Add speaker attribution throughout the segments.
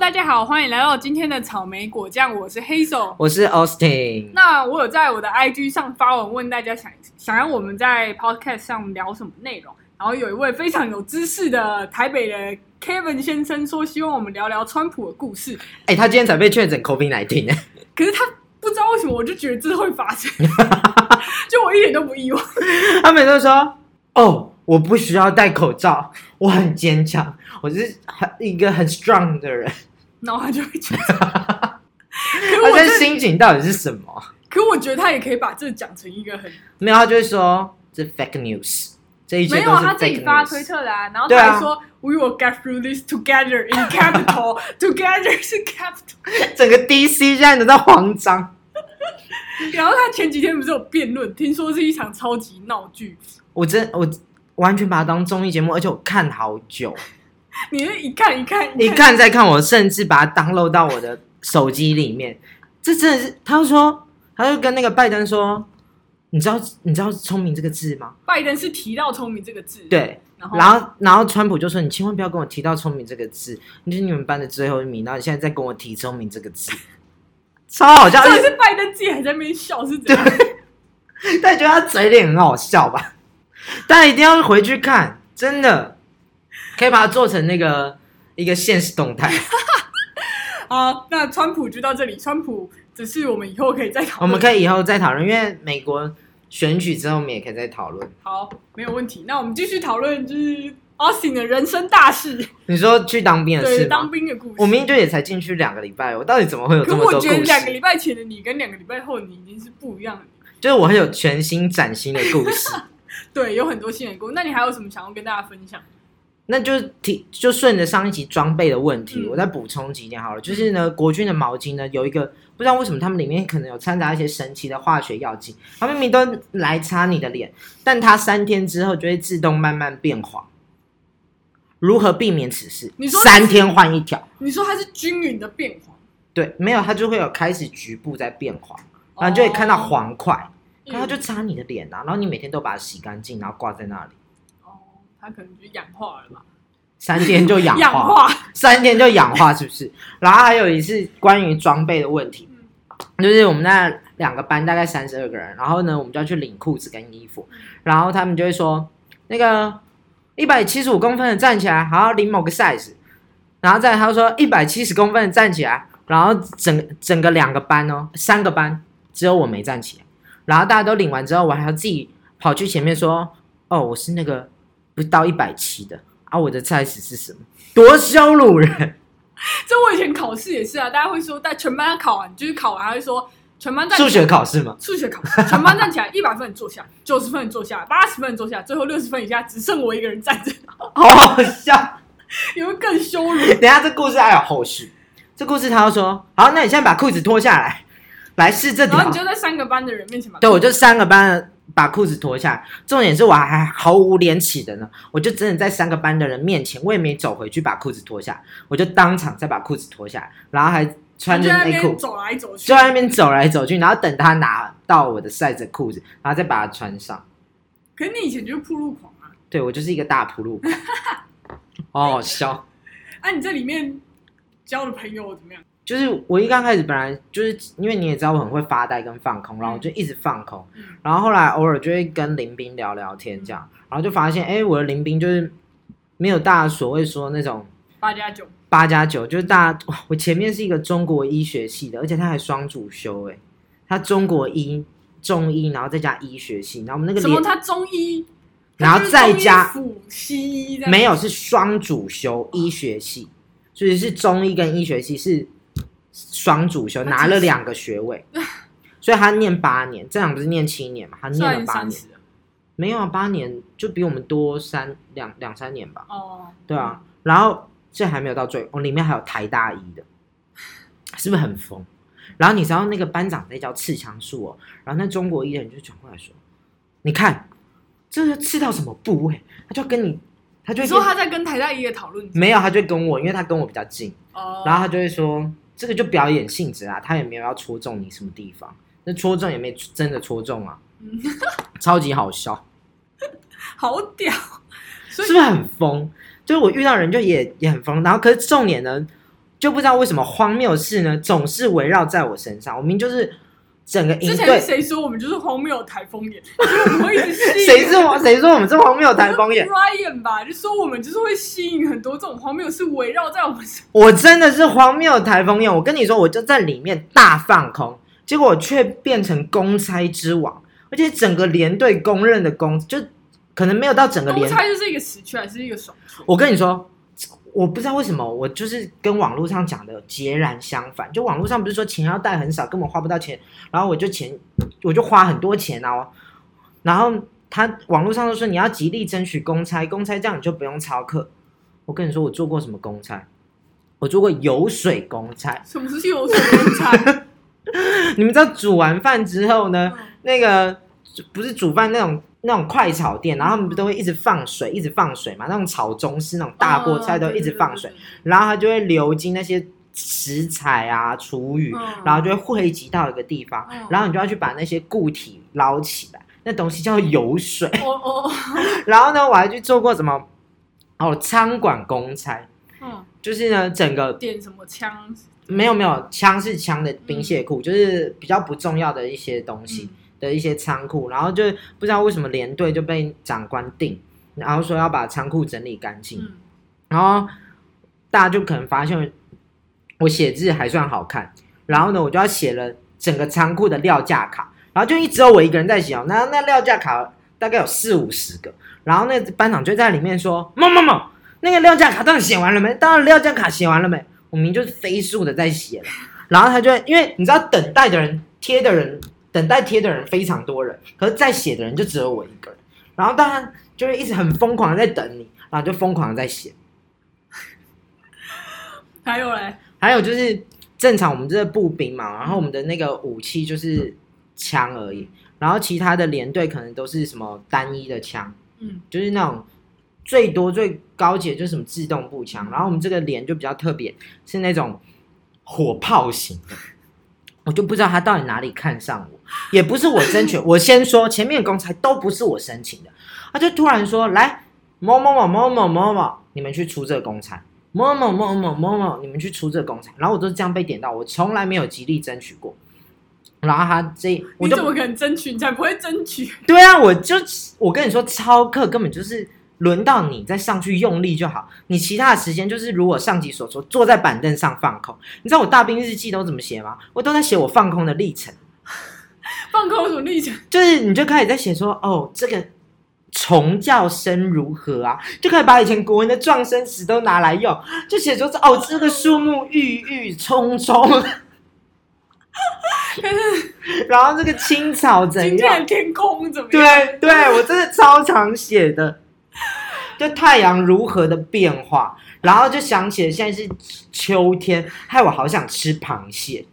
Speaker 1: 大家好，欢迎来到今天的草莓果酱，我是黑手。
Speaker 2: 我是 Austin。
Speaker 1: 那我有在我的 IG 上发文问大家想想要我们在 Podcast 上聊什么内容，然后有一位非常有知识的台北的 Kevin 先生说，希望我们聊聊川普的故事。
Speaker 2: 哎、他今天才被确诊 COVID 来听，
Speaker 1: 可是他不知道为什么，我就觉得这会发生，就我一点都不意外。
Speaker 2: 他每次都说：“哦，我不需要戴口罩， 我很坚强， 我是很一个很 strong 的人。
Speaker 1: 然后他就会觉得，”可
Speaker 2: 他
Speaker 1: 我
Speaker 2: 这
Speaker 1: 真的，
Speaker 2: 心情到底是什么？
Speaker 1: 可我觉得他也可以把这讲成一个很
Speaker 2: 没有，他就会说：“这 fake news，这一切
Speaker 1: 没有
Speaker 2: 都
Speaker 1: 啊，
Speaker 2: 是
Speaker 1: 他自
Speaker 2: fake
Speaker 1: 己发推
Speaker 2: news。
Speaker 1: 特的啊，然后
Speaker 2: 对
Speaker 1: 他
Speaker 2: 啊
Speaker 1: 还说、We will get through this together in capital, together 是 capital。”
Speaker 2: 整个 DC 现在都在慌张。
Speaker 1: 然后他前几天不是有辩论，听说是一场超级闹剧。
Speaker 2: 我真我完全把它当综艺节目，而且我看好久，
Speaker 1: 你是一看一看
Speaker 2: 一
Speaker 1: 看，
Speaker 2: 看再看，我甚至把它 download 到我的手机里面。这真的是，他就说，他就跟那个拜登说，你知道你知道“聪明”这个字吗？
Speaker 1: 拜登是提到聪明这个字，，
Speaker 2: 对，
Speaker 1: 然后
Speaker 2: 然后然后川普就说，你千万不要跟我提到“聪明”这个字，你是你们班的最后一名，然后你现在在跟我提“聪明”这个字，超好 笑，
Speaker 1: 真
Speaker 2: 而
Speaker 1: 的
Speaker 2: 且
Speaker 1: 是拜登自己还在那边笑是怎样？
Speaker 2: 但觉得他嘴脸很好笑吧？大家一定要回去看，真的可以把它做成那个一个现实动态。
Speaker 1: 好，那川普就到这里，川普只是我们以后可以再讨
Speaker 2: 我
Speaker 1: 论。
Speaker 2: 们可以以后再讨论，因为美国选举之后，我们也可以再讨论。
Speaker 1: 好，没有问题。那我们继续讨论就是 Austin 的人生大事，
Speaker 2: 你说去当兵的
Speaker 1: 对
Speaker 2: 事
Speaker 1: 当
Speaker 2: 吗？
Speaker 1: 兵的故事。
Speaker 2: 我明明就也才进去两个礼拜，我到底怎么 会有这
Speaker 1: 可
Speaker 2: 么
Speaker 1: 我
Speaker 2: 多故
Speaker 1: 觉得两个礼
Speaker 2: 事？
Speaker 1: 拜前的你跟两个礼拜后的你已经是不一样的你。
Speaker 2: 就是我会有全新崭新的故事，
Speaker 1: 对，有很多新人工。那你还有什么想要跟大家分享？
Speaker 2: 那就提就顺着上一集装备的问题，
Speaker 1: 嗯
Speaker 2: 我再补充几点好了。就是呢，国军的毛巾呢有一个不知道为什么他们里面可能有掺杂一些神奇的化学药剂，它明明都来擦你的脸，但它三天之后就会自动慢慢变黄。如何避免此事？
Speaker 1: 你说
Speaker 2: 三天换一条。
Speaker 1: 你说它是均匀的变黄，
Speaker 2: 对，没有，它就会有开始局部在变黄，然后就会看到黄块，
Speaker 1: 哦，
Speaker 2: 然后它就擦你的脸啊，然后你每天都把它洗干净，然后挂在那里，
Speaker 1: 哦，它可能就氧化了吧？
Speaker 2: 三天就 氧
Speaker 1: 氧
Speaker 2: 化，三天就氧化，是不是？然后还有一次关于装备的问题，就是我们那两个班大概三十二个人，然后呢，我们就要去领裤子跟衣服，然后他们就会说那个一百七十五公分的站起来，好好领某个 size，然后再来他就说一百七十公分的站起来，然后整整个两个班哦，三个班只有我没站起来，然后大家都领完之后，我还要自己跑去前面说，哦，我是那个不到一百七的啊，我的 size 是什么？多羞辱人！
Speaker 1: 这我以前考试也是啊，大家会说，但全班考完就是考完，还会说全班站起
Speaker 2: 数
Speaker 1: 来
Speaker 2: 学考试吗？
Speaker 1: 数学考试，全班站起来，一百分坐下，九十分坐下，八十分坐下，最后六十分以下只剩我一个人站着，
Speaker 2: 好好笑。
Speaker 1: 有没有更羞辱？
Speaker 2: 等一下这故事还有后续，这故事他又说，好，那你现在把裤子脱下来，来试这
Speaker 1: 然后
Speaker 2: 条
Speaker 1: 你。就在三个班的人面前把
Speaker 2: 对，我就三个班的把裤子脱下来，重点是我还毫无廉耻的呢，我就真的在三个班的人面前，我也没走回去把裤子脱下来，我就当场再把裤子脱下来，然后还穿
Speaker 1: 你就
Speaker 2: 着
Speaker 1: 在那
Speaker 2: 内裤
Speaker 1: 边。走来走去
Speaker 2: 就，在那边走来走去，然后等他拿到我的 size 的裤子，然后再把它穿上。
Speaker 1: 可是你以前就是铺路狂啊，
Speaker 2: 对我就是一个大铺路 狂，好好笑。
Speaker 1: 啊，你这里面交的朋友怎么样？
Speaker 2: 就是我一刚开始本来就是因为你也知道我很会发呆跟放空，然后我就一直放空，
Speaker 1: 嗯
Speaker 2: 然后后来偶尔就会跟林斌聊聊天这样，然后就发现哎、诶我的林斌就是没有大家所谓说那种
Speaker 1: 八加九，
Speaker 2: 八加九，就是大家哇我前面是一个中国医学系的，而且他还双主修哎、诶他中国医中医，然后再加医学系，然后我们那个
Speaker 1: 什么
Speaker 2: 连
Speaker 1: 他中医，
Speaker 2: 然后再加
Speaker 1: 辅西医这样，
Speaker 2: 没有是双主修医学系，所以是中医跟医学系是双主修，
Speaker 1: 那
Speaker 2: 拿
Speaker 1: 其
Speaker 2: 了
Speaker 1: 实
Speaker 2: 两个学位，所以他念八年，正常不是念七年嘛？他
Speaker 1: 虽
Speaker 2: 念
Speaker 1: 然
Speaker 2: 了
Speaker 1: 你
Speaker 2: 八
Speaker 1: 三
Speaker 2: 年，
Speaker 1: 十了
Speaker 2: 没有啊，八年就比我们多三两两三年吧？
Speaker 1: 哦，
Speaker 2: 对啊，然后这还没有到最，哦，里面还有台大一的，是不是很疯？然后你知道那个班长在教刺枪术哦，然后那中国医人就转过来说：“你看，这是刺到什么部位？”他就跟你，他就
Speaker 1: 你
Speaker 2: 会
Speaker 1: 说
Speaker 2: 跟
Speaker 1: 他在跟台大一的讨论，
Speaker 2: 没有，他就跟我，因为他跟我比较近，
Speaker 1: 哦，
Speaker 2: 嗯然后他就会说这个就表演性质啊，他也没有要戳中你什么地方，那戳中也没真的戳中啊，
Speaker 1: 嗯
Speaker 2: 超级 好笑，
Speaker 1: 好屌，所
Speaker 2: 是
Speaker 1: 以
Speaker 2: 不是很疯？就是我遇到人就也也很疯，然后可是重点呢，就不知道为什么荒谬的事呢，总是围绕在我身上。我明明就是整个
Speaker 1: 之
Speaker 2: 营
Speaker 1: 前
Speaker 2: 队，
Speaker 1: 谁说我们就是荒谬台风眼？ 所以我们会一直吸引
Speaker 2: 谁是我？谁说我们是荒谬的台风 眼？
Speaker 1: Ryan 吧，就说我们就是会吸引很多这种荒谬事围绕在我们身
Speaker 2: 我真的是荒谬的台风眼。我跟你说，我就在里面大放空，结果我却变成公差之王，而且整个连队公认的公，就可能没有到整个
Speaker 1: 公
Speaker 2: 连。
Speaker 1: 差就是一个死缺还是一个爽 缺？
Speaker 2: 我跟你说，我不知道为什么，我就是跟网络上讲的截然相反。就网络上不是说钱要带很少，根本花不到钱，然后我就钱我就花很多钱啊，然后他网络上都说你要极力争取公差，公差这样你就不用操课。我跟你说，我做过什么公差？我做过油水公差。
Speaker 1: 什么是有什么公差？
Speaker 2: 你们知道煮完饭之后呢，
Speaker 1: 嗯
Speaker 2: 那个不是煮饭那种那种快炒店，然后他们不都会一直放水，一直放水嘛？那种炒中式那种 大
Speaker 1: 哦
Speaker 2: 锅菜都一直放水，，然后它就会流经那些食材啊、厨余，然后
Speaker 1: 就
Speaker 2: 就会汇集到一个地方
Speaker 1: 嗯，
Speaker 2: 然后你就要去把那些固体捞起来，那东西叫油水。
Speaker 1: 哦哦，
Speaker 2: 然后呢，我还去做过什么哦，餐馆公差，
Speaker 1: 嗯，
Speaker 2: 就是呢整个
Speaker 1: 点什么枪？
Speaker 2: 没有没有，枪是枪的冰械库，就是比较不重要的一些东西
Speaker 1: 嗯
Speaker 2: 的一些仓库，然后就不知道为什么连队就被长官定，然后说要把仓库整理干净，
Speaker 1: 嗯，
Speaker 2: 然后大家就可能发现我写字还算好看，然后呢，我就要写了整个仓库的料价卡，然后就一直有我一个人在写哦，那那料价卡大概有四五十个，然后那班长就在里面说：“某某某，那个料价卡到底写完了没？到底料价卡写完了没？”我明明就是飞速的在写了，然后他就因为你知道等待的人贴的人等待贴的人非常多人，可是在写的人就只有我一个人，然后当然就是一直很疯狂的在等你，然后就疯狂的在写。
Speaker 1: 还有嘞，
Speaker 2: 还有就是正常我们这个步兵嘛，然后我们的那个武器就是枪而已，然后其他的连队可能都是什么单一的枪，
Speaker 1: 嗯，
Speaker 2: 就是那种最多最高级的就是什么自动步枪，然后我们这个连就比较特别，是那种火炮型的。我就不知道他到底哪里看上我，也不是我争取。我先说，前面的公差都不是我申请的，他就突然说：“来，某某某某某某某，你们去出这个公差。”某某某某某某，你们去出这个公差，然后我都是这样被点到，我从来没有极力争取过。然后他这，我
Speaker 1: 你
Speaker 2: 就
Speaker 1: 怎么可能争取？你才不会争取。
Speaker 2: 对啊，我就我跟你说，超课根本就是轮到你再上去用力就好，你其他的时间就是如我上级所说，坐在板凳上放空。你知道我大兵日记都怎么写吗？我都在写我放空的历程，
Speaker 1: 放空有什么立场？
Speaker 2: 就是你就开始在写说，哦，这个虫叫声如何啊？就可以把以前国文的撞声词都拿来用，就写说，哦，这个树木郁郁葱葱。然后这个青草怎
Speaker 1: 今
Speaker 2: 样
Speaker 1: 天？的天空怎么样？
Speaker 2: 对啊对，我真的超常写的，就太阳如何的变化，然后就想起了现在是秋天，害我好想吃螃蟹。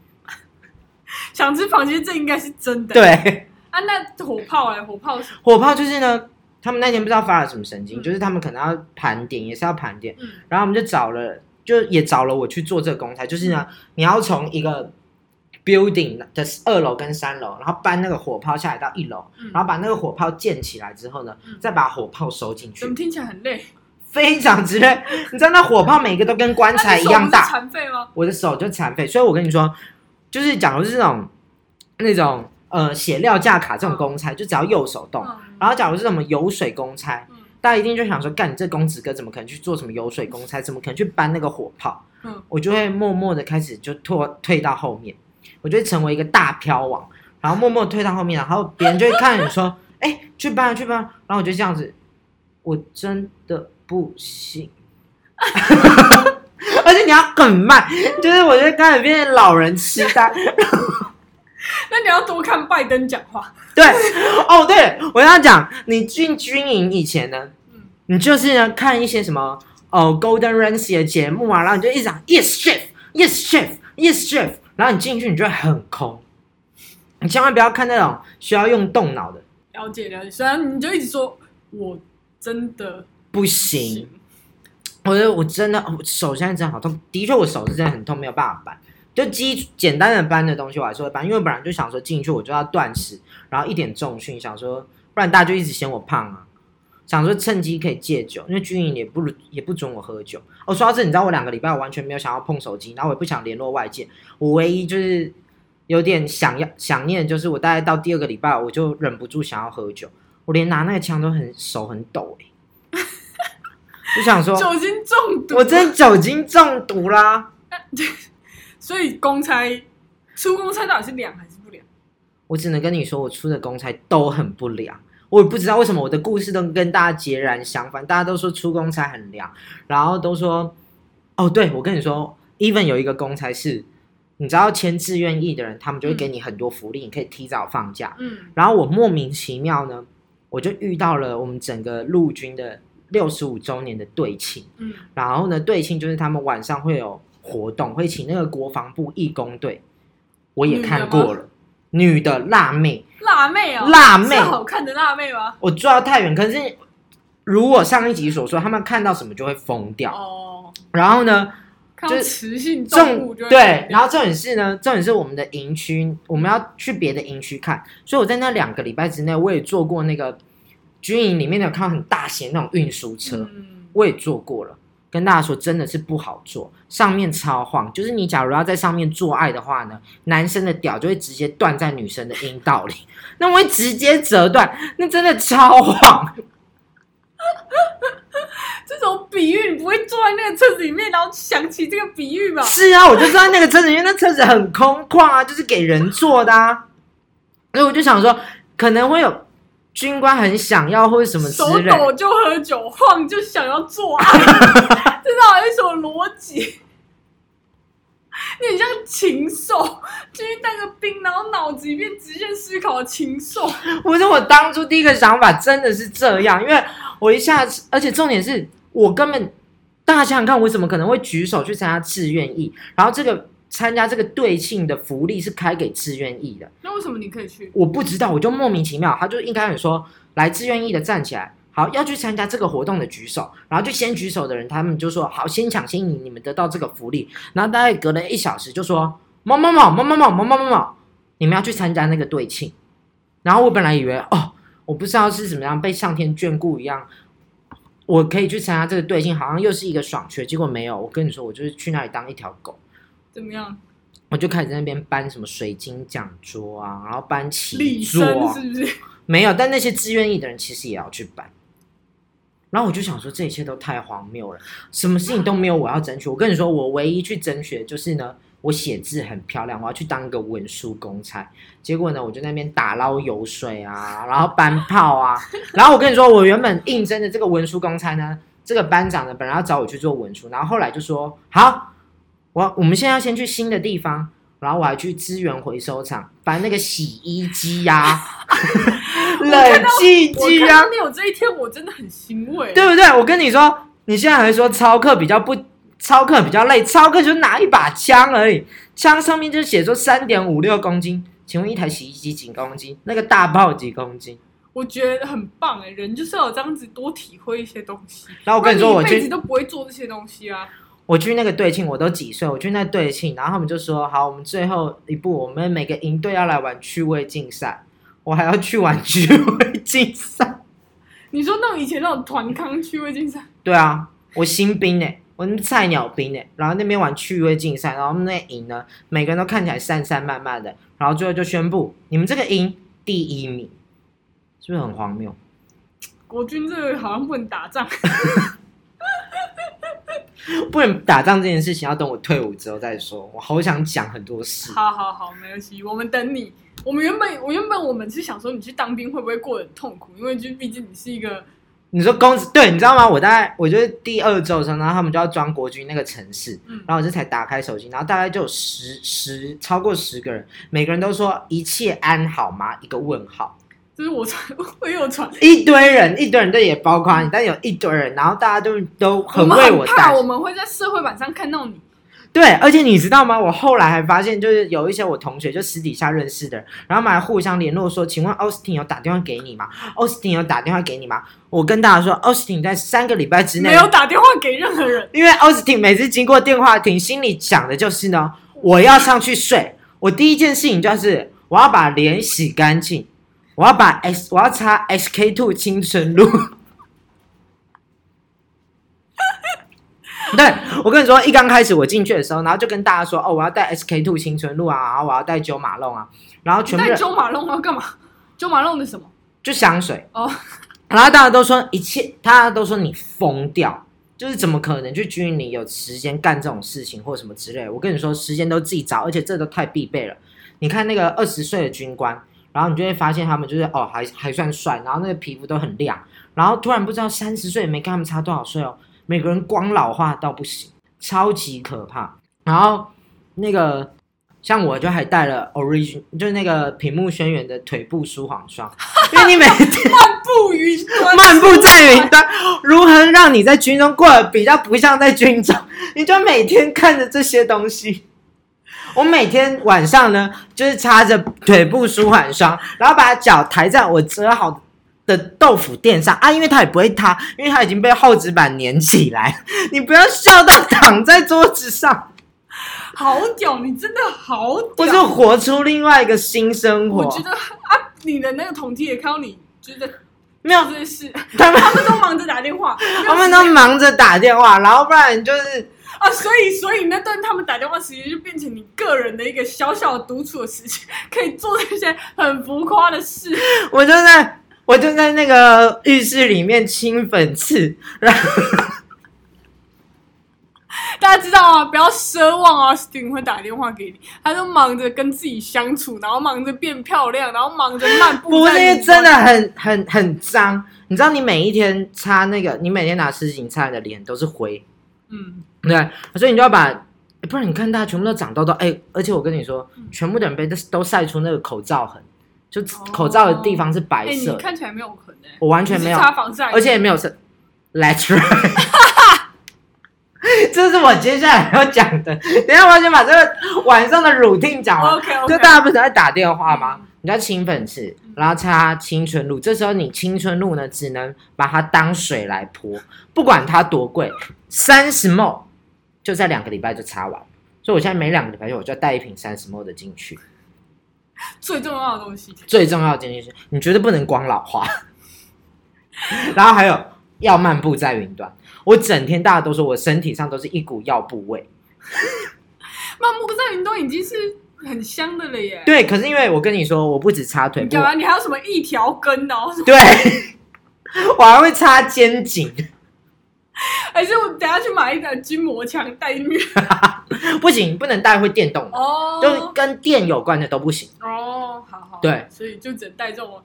Speaker 1: 想吃螃蟹，这应该是真的。
Speaker 2: 对，
Speaker 1: 啊，那火炮嘞，火炮是什么？
Speaker 2: 火炮就是呢，他们那天不知道发了什么神经，就是他们可能要盘点，也是要盘点，
Speaker 1: 嗯
Speaker 2: 然后我们就找了，就也找了我去做这个公差，就是呢，
Speaker 1: 嗯
Speaker 2: 你要从一个 building 的二楼跟三楼，然后搬那个火炮下来到一楼，
Speaker 1: 嗯
Speaker 2: 然后把那个火炮建起来之后呢，
Speaker 1: 嗯
Speaker 2: 再把火炮收进去
Speaker 1: 怎。么听起来很累？
Speaker 2: 非常之累。 你知道那火炮每个都跟棺材一样
Speaker 1: 啊那你手不是
Speaker 2: 大，
Speaker 1: 残废吗？
Speaker 2: 我的手就残废。所以我跟你说，就是假如是那种那种呃写料架卡这种公差，就只要右手动。
Speaker 1: 嗯
Speaker 2: 然后假如是什么油水公差，
Speaker 1: 嗯
Speaker 2: 大家一定就想说，干你这公子哥怎么可能去做什么油水公差？怎么可能去搬那个火炮？
Speaker 1: 嗯
Speaker 2: 我就会默默的开始就退退到后面，我就会成为一个大飘王，然后默默地退到后面，然后别人就会看你说，哎、去搬啊去搬啊，然后我就这样子，我真的不行。而且你要很慢，就是我就开始变成老人痴呆，
Speaker 1: 那你要多看拜登讲话。
Speaker 2: 对，哦，对，我要讲，你进军营以前呢，
Speaker 1: 嗯
Speaker 2: 你就是呢看一些什么哦 Golden Ramsy 的节目啊，然后你就一直讲 Yes Chef Yes Chef Yes Chef，然后你进去你就会很空，你千万不要看那种需要用动脑的，
Speaker 1: 了解了解，虽然你就一直说我真的
Speaker 2: 不
Speaker 1: 不
Speaker 2: 行。
Speaker 1: 行，
Speaker 2: 我觉得我真的我手现在真的好痛，的确我手是真的很痛，没有办法搬。就基简单的搬的东西我还是会搬，因为我本来就想说进去我就要断食，然后一点重训，想说不然大家就一直嫌我胖啊。想说趁机可以戒酒，因为军营也不也不准我喝酒。哦，说到这，你知道我两个礼拜完全没有想要碰手机，然后我也不想联络外界，我唯一就是有点想要想念，就是我大概到第二个礼拜，我就忍不住想要喝酒，我连拿那个枪都很手很抖、欸、就想说
Speaker 1: 酒精中毒，啊
Speaker 2: 哦 我真的酒精中毒啦。
Speaker 1: 所以公差出公差到底是凉还是不凉？
Speaker 2: 我只能跟你说，我出的公差都很不良。我也不知道为什么我的故事都跟大家截然相反，大家都说出公差很凉，然后都说，哦，对我跟你说，even 有一个公差是，你知道签志愿役的人，他们就会给你很多福利，你可以提早放假。
Speaker 1: 嗯，
Speaker 2: 然后我莫名其妙呢，我就遇到了我们整个陆军的六十五周年的队庆，
Speaker 1: 嗯
Speaker 2: 然后呢，队庆就是他们晚上会有活动，会请那个国防部义工队，我也看过了，女的辣妹，
Speaker 1: 辣妹哦，
Speaker 2: 辣妹
Speaker 1: 是好看的辣妹吗？
Speaker 2: 我抓到太远，可是如我上一集所说，他们看到什么就会疯掉。
Speaker 1: 哦，
Speaker 2: 然后呢，
Speaker 1: 看到
Speaker 2: 就
Speaker 1: 雌性动
Speaker 2: 重
Speaker 1: 物就会
Speaker 2: 对，然后重点是呢，重点是我们的营区，我们要去别的营区看，所以我在那两个礼拜之内，我也坐过那个军营里面有看到很大型那种运输车，
Speaker 1: 嗯，
Speaker 2: 我也坐过了。跟大家说，真的是不好坐，上面超晃。就是你假如要在上面做爱的话呢，男生的屌就会直接断在女生的阴道里， 那我会直接折断，那真的超晃。
Speaker 1: 这种比喻你不会坐在那个车子里面，然后想起这个比喻吧？
Speaker 2: 是啊，我就知道那个车子，因为那车子很空旷啊，就是给人坐的啊。所以我就想说，可能会有军官很想要或者什么之
Speaker 1: 手
Speaker 2: 类。
Speaker 1: 抖就喝酒，晃就想要做 爱，这到底是什么逻辑？你很像禽兽，进去当个兵，然后脑子里面直线思考的禽兽。
Speaker 2: 不是我当初第一个想法真的是这样，因为我一下子，而且重点是我根本大家想想看，我怎么可能会举手去参加志愿役？然后这个参加这个队庆的福利是开给志愿役的，
Speaker 1: 那为什么你可以去？
Speaker 2: 我不知道，我就莫名其妙，他就一开始说哦来志愿意的站起来，好要去参加这个活动的举手，然后就先举手的人，他们就说好先抢先赢，你们得到这个福利，然后大概隔了一小时就说某某某某某某某某某某，你们要去参加那个队庆，然后我本来以为哦，我不知道是怎么样被上天眷顾一样。我可以去参加这个队庆，好像又是一个爽缺，结果没有。我跟你说，我就是去那里当一条狗，
Speaker 1: 怎么样？
Speaker 2: 我就开始在那边搬什么水晶讲桌啊，然后搬棋
Speaker 1: 李
Speaker 2: 桌啊、
Speaker 1: 生是不是？
Speaker 2: 没有，但那些志愿意的人其实也要去办。然后我就想说，这一切都太荒谬了，什么事情都没有我要争取。我跟你说，我唯一去争取的就是呢，我写字很漂亮，我要去当一个文书公差。结果呢，我就在那边打捞油水啊，然后搬炮啊。然后我跟你说，我原本应征的这个文书公差呢，这个班长呢本来要找我去做文书，然后后来就说好，我我们现在要先去新的地方。然后我还去资源回收厂搬那个洗衣机呀、啊 冷气
Speaker 1: 我
Speaker 2: 机呀、
Speaker 1: 看到你有这一天，我真的很欣慰。
Speaker 2: 啊对不对？我跟你说，你现在还说操课比较不操课比较累，操课就拿一把枪而已，枪上面就写说三点五六公斤。请问一台洗衣机几公斤？那个大炮几公斤？
Speaker 1: 我觉得很棒哎、人就是要有这样子多体会一些东西。
Speaker 2: 然后我
Speaker 1: 我
Speaker 2: 跟你说，我
Speaker 1: 一辈子
Speaker 2: 去
Speaker 1: 都不会做这些东西啊。
Speaker 2: 我去那个队庆，我都几岁？我去那队庆，然后他们就说好，我们最后一步，我们每个营队要来玩趣味竞赛，我还要去玩趣味竞赛。
Speaker 1: 你说那种以前那种团康趣味竞赛，
Speaker 2: 对啊，我新兵呢、我那菜鸟兵呢、然后那边玩趣味竞赛，然后我们那营呢，每个人都看起来散散漫漫的，然后最后就宣布你们这个营第一名，是不是很荒谬？
Speaker 1: 国军这个好像不能打仗。
Speaker 2: 不能打仗这件事情要等我退伍之后再说，我好想讲很多事。
Speaker 1: 好好好，没关系，我们等你。我们原本我原本我们是想说你去当兵会不会过得很痛苦，因为就毕竟你是一个
Speaker 2: 你说公司对，你知道吗？我大概我就是第二周的时候，然后他们就要装国军那个城市，
Speaker 1: 嗯
Speaker 2: 然后我就才打开手机，然后大概就有十十超过十个人，每个人都说一切安好吗？一个问号。
Speaker 1: 就是我传 我有传，
Speaker 2: 一堆人，一堆人，这也包括你，但有一堆人，然后大家都都很
Speaker 1: 们
Speaker 2: 为
Speaker 1: 很
Speaker 2: 担
Speaker 1: 怕嗯我
Speaker 2: 心。
Speaker 1: 们会在社会版上看到你，
Speaker 2: 对，而且你知道吗？我后来还发现，就是有一些我同学就私底下认识的人，然后我们还互相联络说：“请问 Austin 有打电话给你吗？Austin 有打电话给你吗？”我跟大家说，Austin 在三个礼拜之内
Speaker 1: 没有打电话给任何人。
Speaker 2: 因为 Austin 每次经过电话亭，心里想的就是呢，我要上去睡。我第一件事情就是我要把脸洗干净，我要把 S 我要擦 SK two 青春露， 但我跟你说，一刚开始我进去的时候，然后就跟大家说，哦，我要带 SK two 青春路啊，然后我要带九马龙啊，然后全部
Speaker 1: 但
Speaker 2: 人
Speaker 1: 九马龙要干嘛？九马龙的什么？
Speaker 2: 就香水
Speaker 1: 哦，
Speaker 2: 然后大家都说一切，大家都说你疯掉，就是怎么可能去军营里有时间干这种事情或什么之类的我跟你说，时间都自己找，而且这都太必备了。你看那个二十岁的军官，然后你就会发现他们就是哦还还算帅，然后那个皮肤都很亮，然后突然不知道三十岁没跟他们差多少岁哦，每个人光老化到不行，超级可怕。然后那个像我就还带了 origin，就是那个屏幕轩辕的腿部舒缓霜， 因为你每天。
Speaker 1: 不于
Speaker 2: 漫步在云端，如何让你在军中过得比较不像在军中？ 你就每天看着这些东西。我每天晚上呢，就是擦着腿部舒缓霜，然后把脚抬在我折好的豆腐垫上啊，因为它也不会塌，因为它已经被厚纸板粘起来。 你不要笑到躺在桌子上，
Speaker 1: 好屌，你真的好屌！
Speaker 2: 或是活出另外一个新生
Speaker 1: 我
Speaker 2: 活。
Speaker 1: 觉得啊，你的那个统计也看到你觉 得
Speaker 2: 没有，
Speaker 1: 这是
Speaker 2: 他们
Speaker 1: 他们都忙着打电话，
Speaker 2: 他们都忙着打电话，然后不然就是。
Speaker 1: 啊，所以所以那段他们打电话时间就变成你个人的一个小小独处的时间，可以做这些很浮夸的事。
Speaker 2: 我就在我就在那个浴室里面清粉刺，然后
Speaker 1: 大家知道啊，不要奢望啊，Sting 会打电话给你，他都忙着跟自己相处，然后忙着变漂亮，然后忙着漫步。
Speaker 2: 不是因为真的，很很很脏，你知道你每一天擦那个，你每天拿湿巾擦你的脸都是灰，
Speaker 1: 嗯，
Speaker 2: 对，所以你就要把，诶不然你看大家全部都长痘痘，哎、而且我跟你说
Speaker 1: 嗯，
Speaker 2: 全部的人被都都晒出那个口罩痕，就
Speaker 1: 哦
Speaker 2: 口罩的地方是
Speaker 1: 哎、
Speaker 2: 白色
Speaker 1: 你
Speaker 2: 的，
Speaker 1: 看起来没有痕诶、
Speaker 2: 我完全
Speaker 1: 你
Speaker 2: 没
Speaker 1: 是
Speaker 2: 有，
Speaker 1: 擦防晒，
Speaker 2: 而且也没有是 Let's right。这是我接下来要讲的。等一下，我先把这个晚上的 routine 讲完。
Speaker 1: OK OK，
Speaker 2: 就大家不是在打电话吗？你在清粉刺
Speaker 1: 嗯，
Speaker 2: 然后擦青春露。这时候你青春露呢，只能把它当水来泼，不管它多贵，三十 ml 就在两个礼拜就擦完。所以我现在每两个礼拜我就要带一瓶三十 ml 的进去。
Speaker 1: 最重要的东西，
Speaker 2: 最重要的一件事，你绝对不能光老化。 然后还有要漫步在云端，我整天大家都说我身体上都是一股药部味。
Speaker 1: 漫步在云端已经是很香的了耶。
Speaker 2: 对，可是因为我跟你说，我不止擦腿
Speaker 1: 你
Speaker 2: 部
Speaker 1: 干，嘛？你还有什么一条根哦？
Speaker 2: 对 我还会擦肩颈。
Speaker 1: 还是我等下去买一个筋膜枪带进去？
Speaker 2: 不行，不能带会电动的，
Speaker 1: 哦，
Speaker 2: 就是跟电有关的都不行。
Speaker 1: 哦，好好，
Speaker 2: 对，
Speaker 1: 所以就只能带这种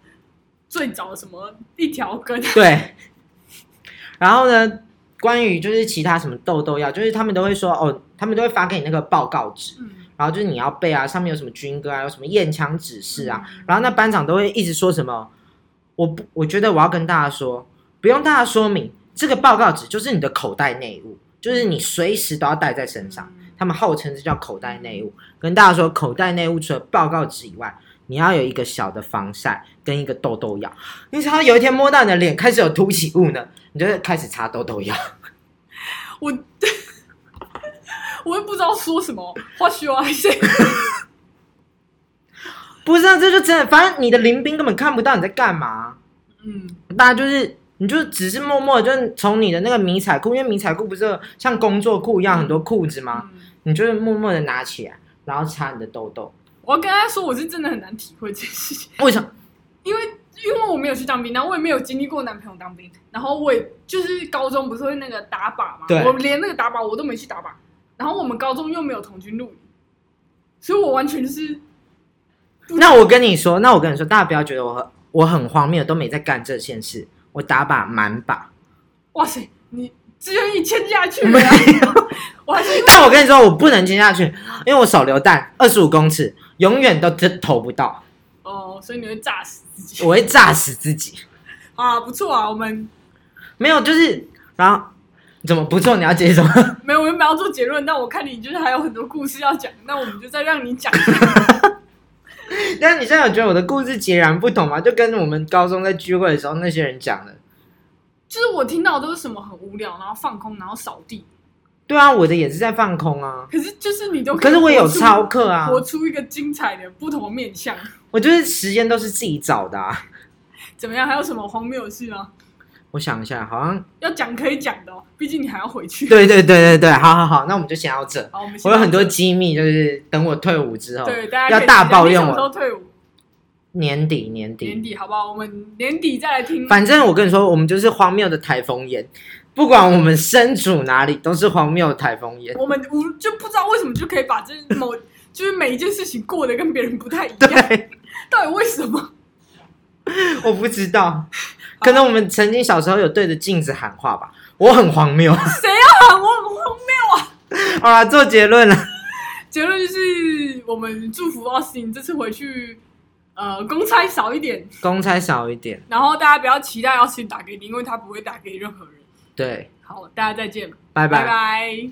Speaker 1: 最早什么一条根，
Speaker 2: 对，然后呢，关于就是其他什么痘痘药，就是他们都会说哦，他们都会发给你那个报告纸，
Speaker 1: 嗯，
Speaker 2: 然后就是你要背啊，上面有什么军歌啊，有什么验枪指示啊，然后那班长都会一直说什么，我不，我觉得我要跟大家说，不用大家说明，这个报告纸就是你的口袋内务，就是你随时都要带在身上。
Speaker 1: 嗯
Speaker 2: 他们号称这叫口袋内务，跟大家说，口袋内务除了报告纸以外，你要有一个小的防晒跟一个痘痘药。你只要有一天摸到你的脸开始有凸起物呢，你就会开始擦痘痘药。
Speaker 1: 我 我也不知道说什么，或许我还是
Speaker 2: 不是啊，这就真的，反正你的林兵根本看不到你在干嘛。
Speaker 1: 嗯，
Speaker 2: 大家就是，你就只是默默地就是从你的那个迷彩裤，因为迷彩裤不是有像工作裤一样很多裤子吗？
Speaker 1: 嗯
Speaker 2: 你就是默默的拿起来，然后擦你的痘痘。
Speaker 1: 我要跟他说，我是真的很难体会这件事情，
Speaker 2: 为什么？
Speaker 1: 因为因为我没有去当兵，然后我也没有经历过男朋友当兵，然后我也就是高中不是会那个打靶嘛，
Speaker 2: 对
Speaker 1: 我连那个打靶我都没去打靶，然后我们高中又没有童军露营，所以我完全就是
Speaker 2: 那我跟你说，那我跟你说，大家不要觉得我很我很荒谬，都没在干这件事。我打靶满靶，
Speaker 1: 哇塞，你只有一签下去
Speaker 2: 没
Speaker 1: 了啊， 我还是因为
Speaker 2: 但我跟你说，我不能接下去，因为我手榴弹二十五公尺，永远都投投不到，
Speaker 1: 哦，所以你会炸死自己
Speaker 2: 我会炸死自己。
Speaker 1: 啊，不错啊，我们
Speaker 2: 没有，就是然后怎么不错？你要接什么？
Speaker 1: 没有，我们不要做结论，但我看你就是还有很多故事要讲，那我们就再让你讲。
Speaker 2: 但你现在有觉得我的故事截然不同吗？就跟我们高中在聚会的时候那些人讲的。
Speaker 1: 就是我听到都是什么很无聊，然后放空，然后扫地，
Speaker 2: 对啊，我的也是在放空啊，
Speaker 1: 可是就是你都
Speaker 2: 可是
Speaker 1: 以
Speaker 2: 我也有
Speaker 1: 活出
Speaker 2: 操课啊，
Speaker 1: 活出一个精彩的不同面相。
Speaker 2: 我就是时间都是自己找的啊。
Speaker 1: 怎么样？还有什么荒谬的事吗？
Speaker 2: 我想一下，好像
Speaker 1: 要讲可以讲的哦，毕竟你还要回去。，
Speaker 2: 对对对对对，好好好，那我们就先到这。
Speaker 1: 好，我们先
Speaker 2: 我有很多
Speaker 1: 到这
Speaker 2: 机密，就是等我退伍之后，
Speaker 1: 对大家可以
Speaker 2: 要大
Speaker 1: 期待
Speaker 2: 爆
Speaker 1: 你
Speaker 2: 料
Speaker 1: 什么
Speaker 2: 我
Speaker 1: 时候退伍？
Speaker 2: 年底年底
Speaker 1: 年底好不好？我们年底再来听。
Speaker 2: 反正我跟你说，我们就是荒谬的台风眼，不管我们身处哪里，都是荒谬的台风 眼。
Speaker 1: 我们无就不知道为什么就可以把这某就是每一件事情过得跟别人不太一样，
Speaker 2: 对，
Speaker 1: 到底为什么？
Speaker 2: 我不知道，可能我们曾经小时候有对着镜子喊话吧。我很 荒谬。
Speaker 1: 谁要喊我很荒谬？
Speaker 2: 好啦，做结论了。
Speaker 1: 结论就是我们祝福 Austin 这次回去，呃，公差少一点，
Speaker 2: 公差少一点。
Speaker 1: 然后大家不要期待 Austin 打给你，因为他不会打给任何人。
Speaker 2: 对，
Speaker 1: 好，大家再见，
Speaker 2: 拜
Speaker 1: 拜拜